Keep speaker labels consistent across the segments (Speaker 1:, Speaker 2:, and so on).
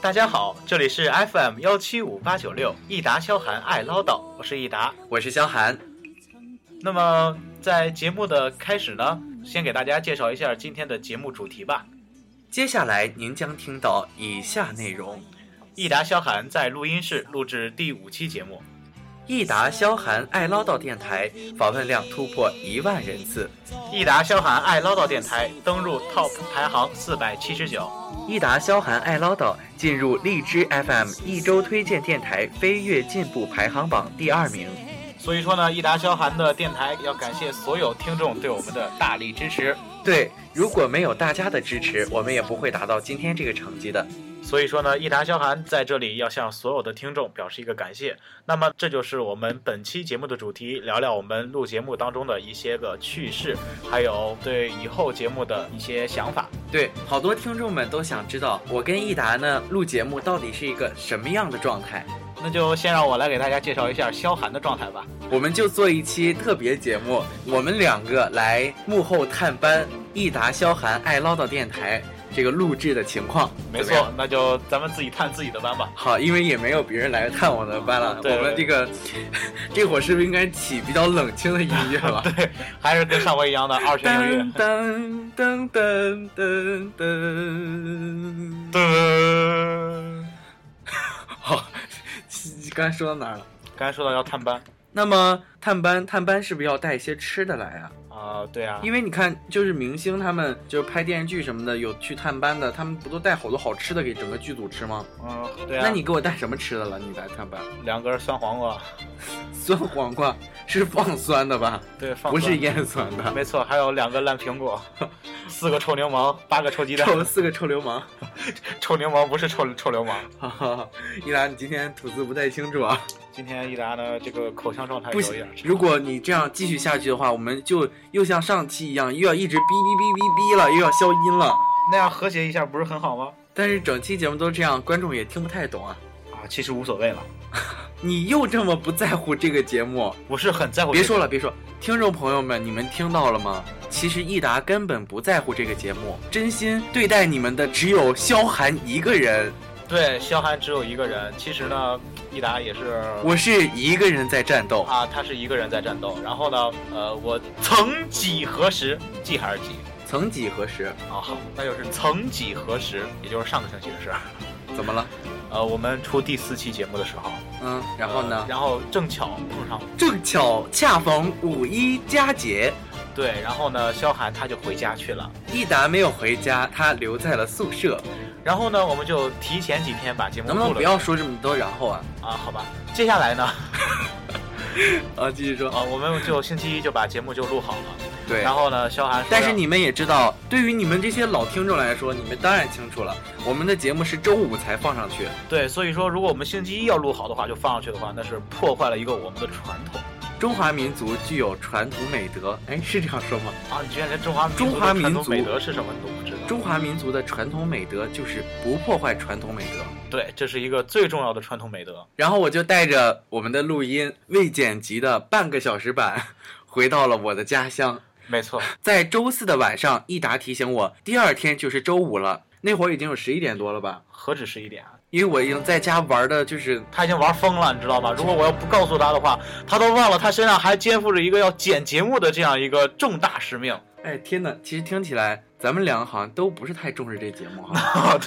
Speaker 1: 大家好，这里是 FM 幺七五八九六，益达萧寒爱唠叨，我是益达。
Speaker 2: 我是萧寒。
Speaker 1: 那么在节目的开始呢，先给大家介绍一下今天的节目主题吧。
Speaker 2: 接下来您将听到以下内容：
Speaker 1: 益达萧寒在录音室录制第五期节目，
Speaker 2: 益达萧寒爱唠叨电台访问量突破一万人次，
Speaker 1: 益达萧寒爱唠叨电台登入 TOP 排行四百七十九，
Speaker 2: 益达萧寒爱唠叨进入荔枝 FM 一周推荐电台飞跃进步排行榜第二名。
Speaker 1: 所以说呢，益达萧寒的电台要感谢所有听众对我们的大力支持。
Speaker 2: 对，如果没有大家的支持，我们也不会达到今天这个成绩的。
Speaker 1: 所以说呢，益达萧寒在这里要向所有的听众表示一个感谢。那么这就是我们本期节目的主题，聊聊我们录节目当中的一些个趣事，还有对以后节目的一些想法。
Speaker 2: 对，好多听众们都想知道，我跟益达呢录节目到底是一个什么样的状态。
Speaker 1: 那就先让我来给大家介绍一下萧寒的状态吧。
Speaker 2: 我们就做一期特别节目，我们两个来幕后探班益达萧寒爱唠叨电台这个录制的情况。
Speaker 1: 没
Speaker 2: 怎么样
Speaker 1: 错，那就咱们自己探自己的班吧。
Speaker 2: 好，因为也没有别人来探我们的班了，
Speaker 1: 对
Speaker 2: 我们这个这会儿是不是应该起比较冷清的音乐了？
Speaker 1: 对，还是跟上回一样的二泉映
Speaker 2: 噔
Speaker 1: 月。
Speaker 2: 噔噔噔噔噔，
Speaker 1: 噔，
Speaker 2: 好，刚才说到哪儿了？
Speaker 1: 刚才说到要探班
Speaker 2: 那么探班探班是不是要带一些吃的来啊？
Speaker 1: 啊、对啊，
Speaker 2: 因为你看，就是明星他们就是拍电视剧什么的，有去探班的，他们不都带好多好吃的给整个剧组吃吗？
Speaker 1: 嗯，对啊。
Speaker 2: 那你给我带什么吃的了？你来探班，
Speaker 1: 两根酸黄瓜，
Speaker 2: 酸黄瓜是放酸的吧？
Speaker 1: 对， 放
Speaker 2: 不
Speaker 1: 酸
Speaker 2: 是腌酸的。
Speaker 1: 没错，还有两个烂苹果， 四个臭柠檬，八个臭鸡 蛋。
Speaker 2: 臭四个臭流氓，
Speaker 1: 臭柠檬不是臭臭流氓。
Speaker 2: 哈哈！依兰，你今天吐字不太清楚啊，
Speaker 1: 今天益达呢，这个口腔状态
Speaker 2: 不
Speaker 1: 有一
Speaker 2: 行
Speaker 1: 点。
Speaker 2: 如果你这样继续下去的话，我们就又像上期一样，又要一直哔哔哔哔哔了，又要消音了。
Speaker 1: 那样和谐一下不是很好吗？
Speaker 2: 但是整期节目都这样，观众也听不太懂啊。
Speaker 1: 啊，其实无所谓了，
Speaker 2: 你又这么不在乎这个节目，
Speaker 1: 我是很在乎。
Speaker 2: 别说了，别说，听众朋友们，你们听到了吗？其实益达根本不在乎这个节目，真心对待你们的只有萧寒一个人。
Speaker 1: 对，萧寒只有一个人。其实呢，益达也是
Speaker 2: 我是一个人在战斗，
Speaker 1: 啊，他是一个人在战斗。然后呢，呃，我曾几何时，记还是记
Speaker 2: 曾几何时，
Speaker 1: 啊？好，那就是曾几何时，也就是上个星期的事儿。
Speaker 2: 怎么了？
Speaker 1: 呃，我们出第四期节目的时候，
Speaker 2: 嗯，然后
Speaker 1: 呃
Speaker 2: 呢？
Speaker 1: 然后正巧碰上
Speaker 2: 正巧恰逢五一佳节，
Speaker 1: 对，然后呢，萧寒他就回家去了。
Speaker 2: 益达没有回家，他留在了宿舍。
Speaker 1: 然后呢，我们就提前几天把节目
Speaker 2: 能
Speaker 1: 录
Speaker 2: 不
Speaker 1: 了。
Speaker 2: 能不要说这么多然后啊？
Speaker 1: 啊？好吧，接下来呢，
Speaker 2: 啊，继续说。
Speaker 1: 啊，我们就星期一就把节目就录好了。
Speaker 2: 对
Speaker 1: 然。后呢，萧寒说
Speaker 2: 但是
Speaker 1: 要
Speaker 2: 你们也知道，对于你们这些老听众来说，你们当然清楚了，我们的节目是周五才放上去。
Speaker 1: 对，所以说如果我们星期一要录好的话，就放上去的话，那是破坏了一个我们的传统
Speaker 2: 中华民族具有传统美德，哎，是这样说吗？
Speaker 1: 啊！你居然连中华民
Speaker 2: 中华
Speaker 1: 民
Speaker 2: 民
Speaker 1: 传统美
Speaker 2: 族
Speaker 1: 德是什么你都不知道？
Speaker 2: 中华民族的传统美德就是不破坏传统美德。
Speaker 1: 对，这是一个最重要的传统美德。
Speaker 2: 然后我就带着我们的录音未剪辑的半个小时版， 回到了我的家乡。
Speaker 1: 没错，
Speaker 2: 在周四的晚上，益达提醒我，第二天就是周五了。那会儿已经有十一点多了吧？
Speaker 1: 何止是一点啊！
Speaker 2: 因为我已经在家玩的，就是
Speaker 1: 他已经玩疯了，你知道吗？如果我要不告诉他的话，他都忘了他身上还肩负着一个要剪节目的这样一个重大使命。
Speaker 2: 哎天呐，其实听起来咱们两个好像都不是太重视这节目哈。
Speaker 1: 啊，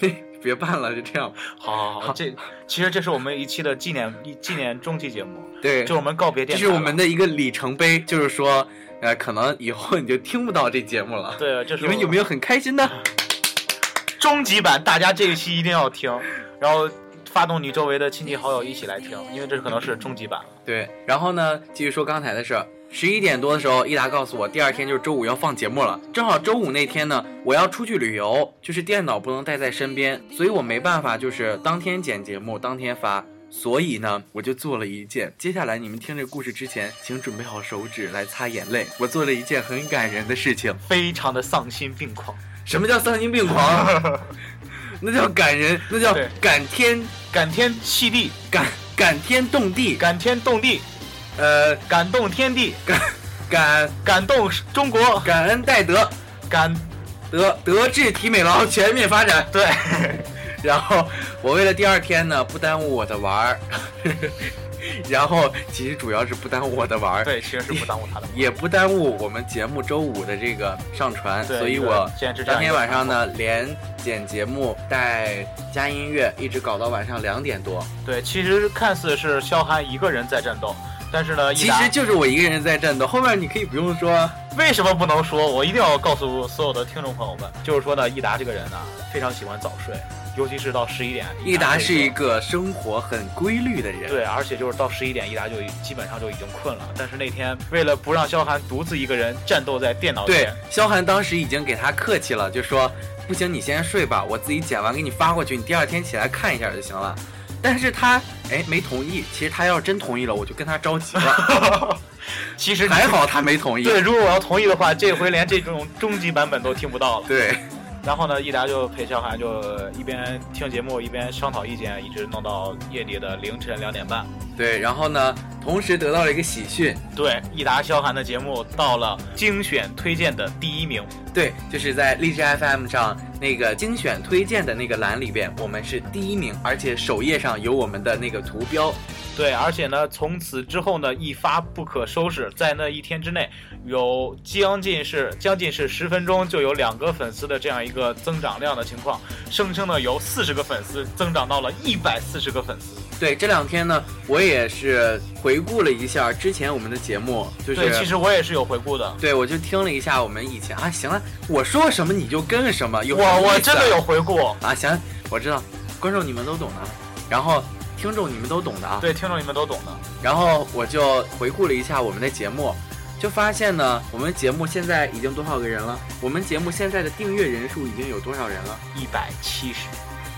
Speaker 1: 对，
Speaker 2: 别办了，就这样吧。
Speaker 1: 好好好，这其实这是我们一期的纪念一纪念中期节目，
Speaker 2: 对，
Speaker 1: 就是我们告别
Speaker 2: 这
Speaker 1: 电台
Speaker 2: 是
Speaker 1: 了。
Speaker 2: 我们的一个里程碑，就是说，呃，可能以后你就听不到这节目了。
Speaker 1: 对，这是
Speaker 2: 你们有没
Speaker 1: 有
Speaker 2: 有很开心呢？
Speaker 1: 终极版？大家这一期一定要听，然后发动你周围的亲戚好友一起来听，因为这可能是终极版了。
Speaker 2: 对，然后呢，继续说刚才的事儿。十一点多的时候，益达告诉我，第二天就是周五要放节目了。正好周五那天呢，我要出去旅游，就是电脑不能带在身边，所以我没办法，就是当天剪节目，当天发。所以呢，我就做了一件。接下来你们听这故事之前，请准备好手指来擦眼泪。我做了一件很感人的事情。
Speaker 1: 非常的丧心病狂，
Speaker 2: 什么叫丧心病 狂？那叫感人，那叫
Speaker 1: 对
Speaker 2: 感天
Speaker 1: 感天泣地，
Speaker 2: 感感天动地，
Speaker 1: 感天动地，
Speaker 2: 呃，
Speaker 1: 感动天地，
Speaker 2: 感
Speaker 1: 感动中国，
Speaker 2: 感恩戴德，
Speaker 1: 感
Speaker 2: 德德智体美劳全面发展。
Speaker 1: 对，
Speaker 2: 然后我为了第二天呢不耽误我的玩儿， 然后其实主要是不耽误我的玩儿，
Speaker 1: 对，其实是不耽误他的。
Speaker 2: 也不耽误我们节目周五的这个上传，
Speaker 1: 对
Speaker 2: 所以
Speaker 1: 对
Speaker 2: 我
Speaker 1: 现在是这样
Speaker 2: 当
Speaker 1: 一
Speaker 2: 天
Speaker 1: 个
Speaker 2: 晚上
Speaker 1: 状况
Speaker 2: 呢连剪节目带加音乐，一直搞到晚上两点多。
Speaker 1: 对，其实看似是萧寒一个人在战斗，但是呢，
Speaker 2: 其
Speaker 1: 伊达啊
Speaker 2: 实就是我一个人在战斗，后面你可以不用说。
Speaker 1: 为什么不能说？我一定要告诉所有的听众朋友们，就是说呢，益达这个人呢、非常喜欢早睡，尤其是到十一点。
Speaker 2: 益达是一
Speaker 1: 个
Speaker 2: 个生活很规律的人，
Speaker 1: 对，而且就是到十一点，益达就基本上就已经困了。但是那天为了不让萧寒独自一个人战斗在电脑
Speaker 2: 对
Speaker 1: 前，，
Speaker 2: 萧寒当时已经给他客气了，就说不行，你先睡吧，我自己剪完给你发过去，你第二天起来看一下就行了。但是他哎没同意，其实他要是真同意了，我就跟他着急了。
Speaker 1: 其实你
Speaker 2: 还好他没同意。
Speaker 1: 对，如果我要同意的话，这回连这种终极版本都听不到了。
Speaker 2: 对
Speaker 1: 然后呢，益达就陪萧寒就一边听节目一边商讨意见，一直弄到夜里的凌晨两点半。
Speaker 2: 对，然后呢，同时得到了一个喜讯，
Speaker 1: 对，益达萧寒的节目到了精选推荐的第一名。
Speaker 2: 对，就是在荔枝 FM 上那个精选推荐的那个栏里边，我们是第一名，而且首页上有我们的那个图标。
Speaker 1: 对，而且呢，从此之后呢，一发不可收拾。在那一天之内，有将近是将近是十分钟就有两个粉丝的这样一个增长量的情况，声称呢由四十个粉丝增长到了一百四十个粉丝。
Speaker 2: 对，这两天呢，我也是回顾了一下之前我们的节目，就是啊
Speaker 1: 对，其实我也是有回顾的，
Speaker 2: 对我就听了一下我们以前啊，行了，我说什么你就跟什么，有什么
Speaker 1: 我我
Speaker 2: 意思
Speaker 1: 真
Speaker 2: 啊
Speaker 1: 的有回顾。
Speaker 2: 啊，行，我知道，观众你们都懂的，然后听众你们都懂的啊，
Speaker 1: 对，听众你们都懂的。
Speaker 2: 然后我就回顾了一下我们的节目，就发现呢，我们节目现在已经多少个人了？我们节目现在的订阅人数已经有多少人了？
Speaker 1: 一百七十，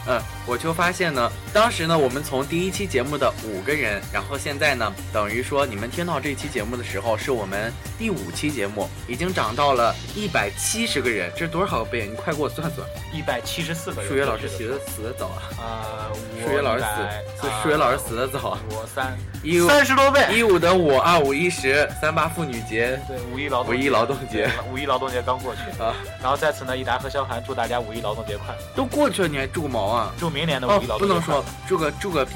Speaker 2: 嗯，我就发现呢，当时呢，我们从第一期节目的五个人，然后现在呢，等于说你们听到这期节目的时候，是我们第五期节目，已经涨到了一百七十个人，这是多少个倍？你快给我算算。
Speaker 1: 一百七十四个人。
Speaker 2: 数学老师学的死的早啊，
Speaker 1: 呃，
Speaker 2: 数学老师死，
Speaker 1: 死
Speaker 2: 是数学老师死的早啊。
Speaker 1: 呃我三
Speaker 2: 一 五
Speaker 1: 三十多倍。
Speaker 2: 一五得五，二五一十，三八妇女节
Speaker 1: 对，五一劳动
Speaker 2: 五一劳动节，
Speaker 1: 对五一劳动节刚过去。
Speaker 2: 啊，
Speaker 1: 然后在此呢，益达和萧寒祝大家五一劳动节快乐，
Speaker 2: 都过去了，你还住个毛啊？
Speaker 1: 祝明年的
Speaker 2: 哦
Speaker 1: 五一，劳
Speaker 2: 不
Speaker 1: 动节
Speaker 2: 能
Speaker 1: 快乐。
Speaker 2: 说住个住个 PDD。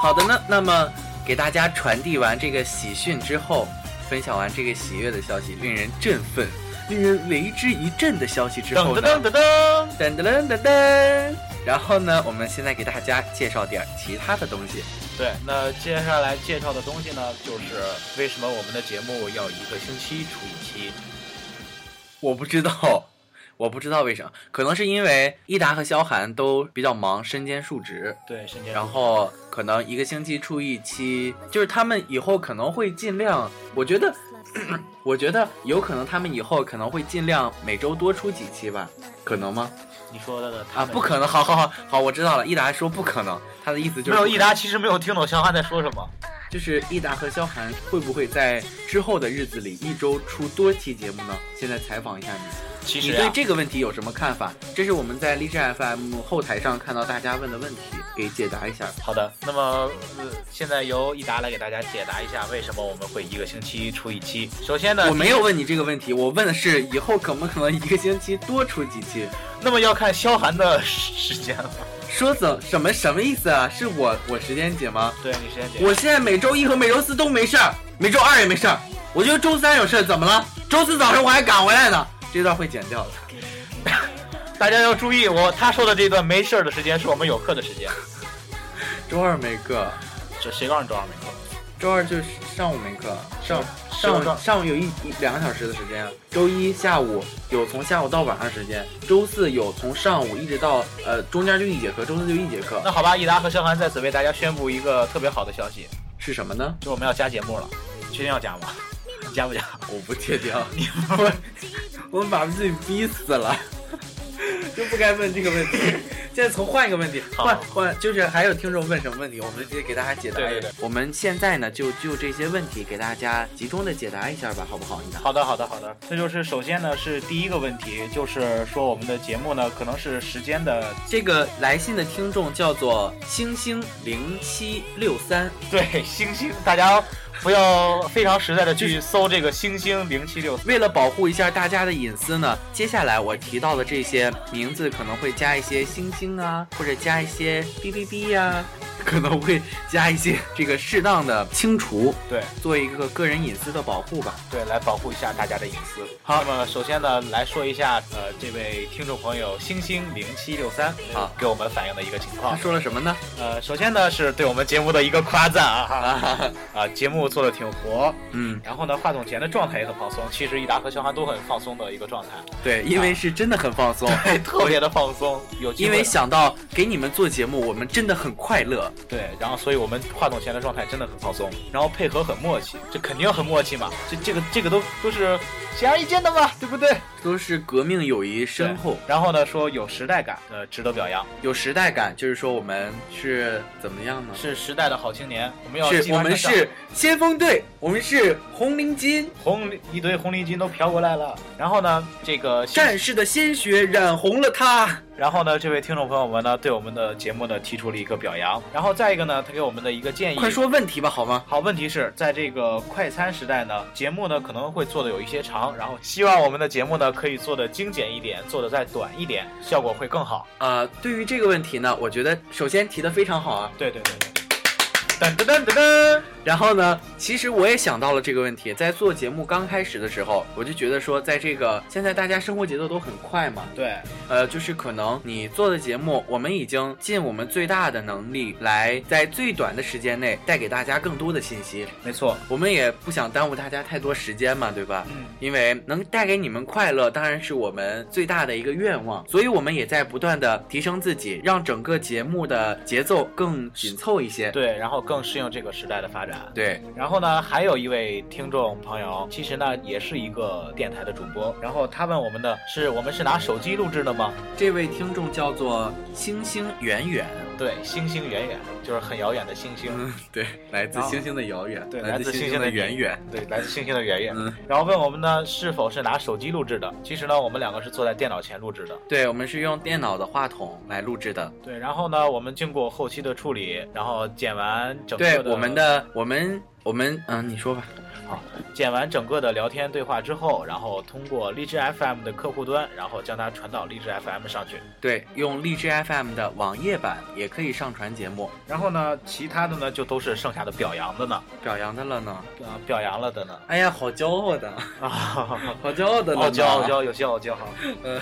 Speaker 2: 好的，那那么给大家传递完这个喜讯之后，分享完这个喜悦的消息，令人振奋、令人为之一振的消息之 后
Speaker 1: 噔
Speaker 2: 呢，
Speaker 1: 噔噔噔噔，
Speaker 2: 噔噔噔噔噔，然后呢，我们现在给大家介绍点儿其他的东西。
Speaker 1: 对，那接下来介绍的东西呢，就是为什么我们的节目要一个星期出一期。
Speaker 2: 我不知道， 我不知道为啥，可能是因为伊达和萧寒都比较忙，身兼数职，
Speaker 1: 对，甚至
Speaker 2: 然后可能一个星期出一期，就是他们以后可能会尽量，我觉得， 我觉得有可能他们以后可能会尽量每周多出几期吧，可能吗？
Speaker 1: 你说的他
Speaker 2: 啊，
Speaker 1: 们
Speaker 2: 不可能，好好好好，我知道了，伊达说不可能，他的意思就是
Speaker 1: 没有
Speaker 2: 不可
Speaker 1: 益
Speaker 2: 能，
Speaker 1: 达其实没有听懂肖汉在说什么。
Speaker 2: 就是伊达和萧寒会不会在之后的日子里一周出多期节目呢？现在采访一下你。
Speaker 1: 其
Speaker 2: 你
Speaker 1: 实啊
Speaker 2: 对
Speaker 1: 呀，
Speaker 2: 这个问题有什么看法？这是我们在荔枝 FM 后台上看到大家问的问题，给解答一下。
Speaker 1: 好的，那么、呃、现在由益达来给大家解答一下为什么我们会一个星期出一期。首先呢
Speaker 2: 我，没有问你这个问题，我问的是以后可不可能一个星期多出几期？
Speaker 1: 那么要看萧寒的时时间了。
Speaker 2: 说怎什么什么意思啊？是我我时间紧吗？
Speaker 1: 对你时间紧，
Speaker 2: 我现在每周一和每周四都没事儿，每周二也没事儿，我就周三有事儿，怎么了？周四早上我还赶回来呢，这段会剪掉的。
Speaker 1: 大家要注意，我他说的这段没事儿的时间是我们有课的时间。
Speaker 2: 周二没课，
Speaker 1: 这谁告诉你多少没课？
Speaker 2: 周二就是上午没课，上上
Speaker 1: 上
Speaker 2: 午上午有一一两个小时的时间，周一下午有从下午到晚上时间，周四有从上午一直到呃中间就一节课，周四就一节课，
Speaker 1: 那好吧，益达和萧寒在此为大家宣布一个特别好的消息，
Speaker 2: 是什么呢？
Speaker 1: 就是我们要加节目了。确定要加吗？ 加不加？
Speaker 2: 我不确定，我 我把自己逼死了， 就不该问这个问 题。现在从换一个问题，
Speaker 1: 好
Speaker 2: 换换就是还有听众问什么问题，我们直接给大家解答一下。
Speaker 1: 对对对
Speaker 2: 我们现在呢就就这些问题给大家集中的解答一下吧，好不好？你呢？
Speaker 1: 好的，好的，好的。那就是首先呢是第一个问题，就是说我们的节目呢可能是时间 的
Speaker 2: 这个来信的听众叫做星星零七六三，
Speaker 1: 对，星星，大家不要非常实在的去搜这个星星零七六。
Speaker 2: 为了保护一下大家的隐私呢，接下来我提到的这些名字可能会加一些星星啊，或者加一些哔哔哔呀， 可能会加一些这个适当的清除，
Speaker 1: 对
Speaker 2: 做一个个人隐私的保护吧。
Speaker 1: 对，来保护一下大家的隐私。
Speaker 2: 好
Speaker 1: 那么首先呢，来说一下呃，这位听众朋友星星零七六三
Speaker 2: 好
Speaker 1: 给我们反映的一个情
Speaker 2: 啊他
Speaker 1: 况。
Speaker 2: 说了什么呢？
Speaker 1: 呃，首先呢是对我们节目的一个夸赞啊哈
Speaker 2: 啊，
Speaker 1: 啊，节目做的挺活，
Speaker 2: 嗯，
Speaker 1: 然后呢，话筒前的状态也很放松。其实一达和小韩都很放松的一个 状态，
Speaker 2: 对，因为是真的很放松。
Speaker 1: 哎，特别的放松。有机
Speaker 2: 因
Speaker 1: 会
Speaker 2: 为
Speaker 1: 呢
Speaker 2: 想到给你们做节目，我们真的很快乐。
Speaker 1: 对，然后所以我们话筒前的状态真的很放松，然后配合很默契，这肯定很默契嘛，这这个这个都都是显而易见的嘛，对不对？
Speaker 2: 都是革命友谊深厚
Speaker 1: 对，然后呢，说有时代感，呃，值得表扬，
Speaker 2: 有时代感，就是说我们是怎么样呢？
Speaker 1: 是时代的好青年。我们要
Speaker 2: 嗯是
Speaker 1: 继
Speaker 2: 我
Speaker 1: 而
Speaker 2: 们
Speaker 1: 上
Speaker 2: 是先锋队，我们是红领巾
Speaker 1: 红一堆红领巾都飘过来了。然后呢，这个
Speaker 2: 战士的鲜血染红了它。
Speaker 1: 然后呢，这位听众朋友们呢，对我们的节目呢提出了一个表扬。然后再一个呢，他给我们的一个建议，
Speaker 2: 快说问题吧，好吗？
Speaker 1: 好，问题是在这个快餐时代呢，节目呢可能会做的有一些长，然后希望我们的节目呢可以做的精简一点，做的再短一点，效果会更好。
Speaker 2: 呃，对于这个问题呢，我觉得首先提的非常好啊。
Speaker 1: 对对对对。噔噔噔噔噔，
Speaker 2: 然后呢，其实我也想到了这个问题，在做节目刚开始的时候，我就觉得说，在这个现在大家生活节奏都很快嘛，
Speaker 1: 对
Speaker 2: 呃，就是可能你做的节目，我们已经尽我们最大的能力来在最短的时间内带给大家更多的信息。
Speaker 1: 没错，
Speaker 2: 我们也不想耽误大家太多时间嘛，对吧？
Speaker 1: 嗯，
Speaker 2: 因为能带给你们快乐，当然是我们最大的一个愿望，所以我们也在不断的提升自己，让整个节目的节奏更紧凑一些。
Speaker 1: 对，然后更适应这个时代的发展。
Speaker 2: 对，
Speaker 1: 然后呢，还有一位听众朋友，其实呢也是一个电台的主播，然后他问我们的是，我们是拿手机录制的吗？
Speaker 2: 这位听众叫做星星远远，
Speaker 1: 对，星星远远就是很遥远的星星，
Speaker 2: 嗯，对，来自
Speaker 1: 啊
Speaker 2: 星星的遥远，
Speaker 1: 对
Speaker 2: 来
Speaker 1: 来自
Speaker 2: 星
Speaker 1: 星
Speaker 2: 星
Speaker 1: 星的
Speaker 2: 的远
Speaker 1: 你
Speaker 2: 远，
Speaker 1: 对，来自星星的远远。
Speaker 2: 嗯。
Speaker 1: 然后问我们呢是否是拿手机录制的。其实呢，我们两个是坐在电脑前录制的。
Speaker 2: 对，我们是用电脑的话筒来录制的。
Speaker 1: 对，然后呢，我们经过后期的处理，然后剪完整
Speaker 2: 对
Speaker 1: 个，的
Speaker 2: 我们的我们我们嗯、你说吧。
Speaker 1: 剪完整个的聊天对话之后，然后通过荔枝 FM 的客户端，然后将它传到荔枝 FM 上去。
Speaker 2: 对，用荔枝 FM 的网页版也可以上传节目，
Speaker 1: 然后呢，其他的呢就都是剩下的表扬的呢，
Speaker 2: 表扬的了呢。
Speaker 1: 呃，表扬了的呢。
Speaker 2: 哎呀，好骄傲的，
Speaker 1: 啊，
Speaker 2: 好骄傲的啊
Speaker 1: 傲娇
Speaker 2: 傲娇
Speaker 1: 傲
Speaker 2: 傲娇。
Speaker 1: 娇，有些傲娇哈。
Speaker 2: 呃，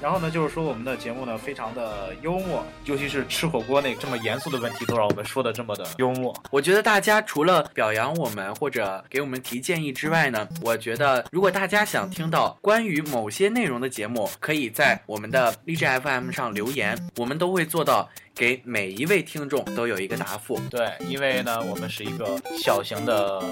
Speaker 1: 然后呢，就是说我们的节目呢非常的幽默，尤其是吃火锅那这么严肃的问题，都让我们说的这么的幽默。
Speaker 2: 我觉得大家除了表扬我们或者给我们提建议之外呢，我觉得如果大家想听到关于某些内容的节目，可以在我们的荔枝 FM 上留言，我们都会做到给每一位听众都有一个答复。
Speaker 1: 对，因为呢，我们是一个小型的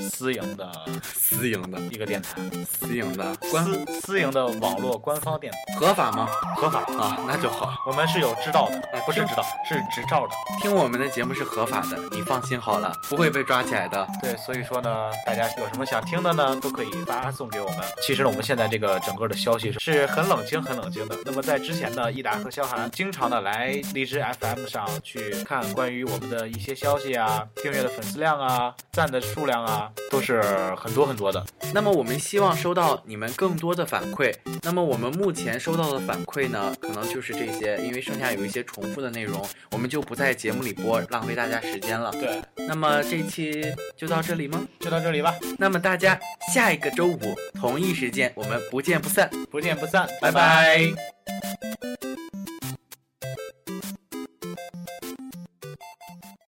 Speaker 1: 私营的
Speaker 2: 私营的，
Speaker 1: 一个电台，
Speaker 2: 私营的，官
Speaker 1: 私私营的网络官方电台，
Speaker 2: 合法吗？
Speaker 1: 合法。
Speaker 2: 啊，那就好。
Speaker 1: 我们是有执照的
Speaker 2: 哎，
Speaker 1: 不啊是
Speaker 2: 听
Speaker 1: 执照，是执照的。
Speaker 2: 听我们的节目是合法的，你放心好了，不会被抓起来的。
Speaker 1: 对，所以说呢，大家有什么想听的呢，都可以发送给我们。其实呢，我们现在这个整个的消息是是很冷清、很冷清的。那么在之前呢，益达和萧寒经常的来荔枝 FM 上去看关于我们的一些消息啊，订阅的粉丝量啊，赞的数量啊，都是很多很多的。
Speaker 2: 那么我们希望收到你们更多的反馈。那么我们目前收到的反馈呢，可能就是这些，因为剩下有一些重复的内容，我们就不在节目里播，浪费大家时间了。
Speaker 1: 对，
Speaker 2: 那么这期就到这里吗？
Speaker 1: 就到这里吧，
Speaker 2: 那么大家下一个周五同一时间我们不见不散，
Speaker 1: 不见不散，
Speaker 2: 拜
Speaker 1: 拜拜
Speaker 2: 拜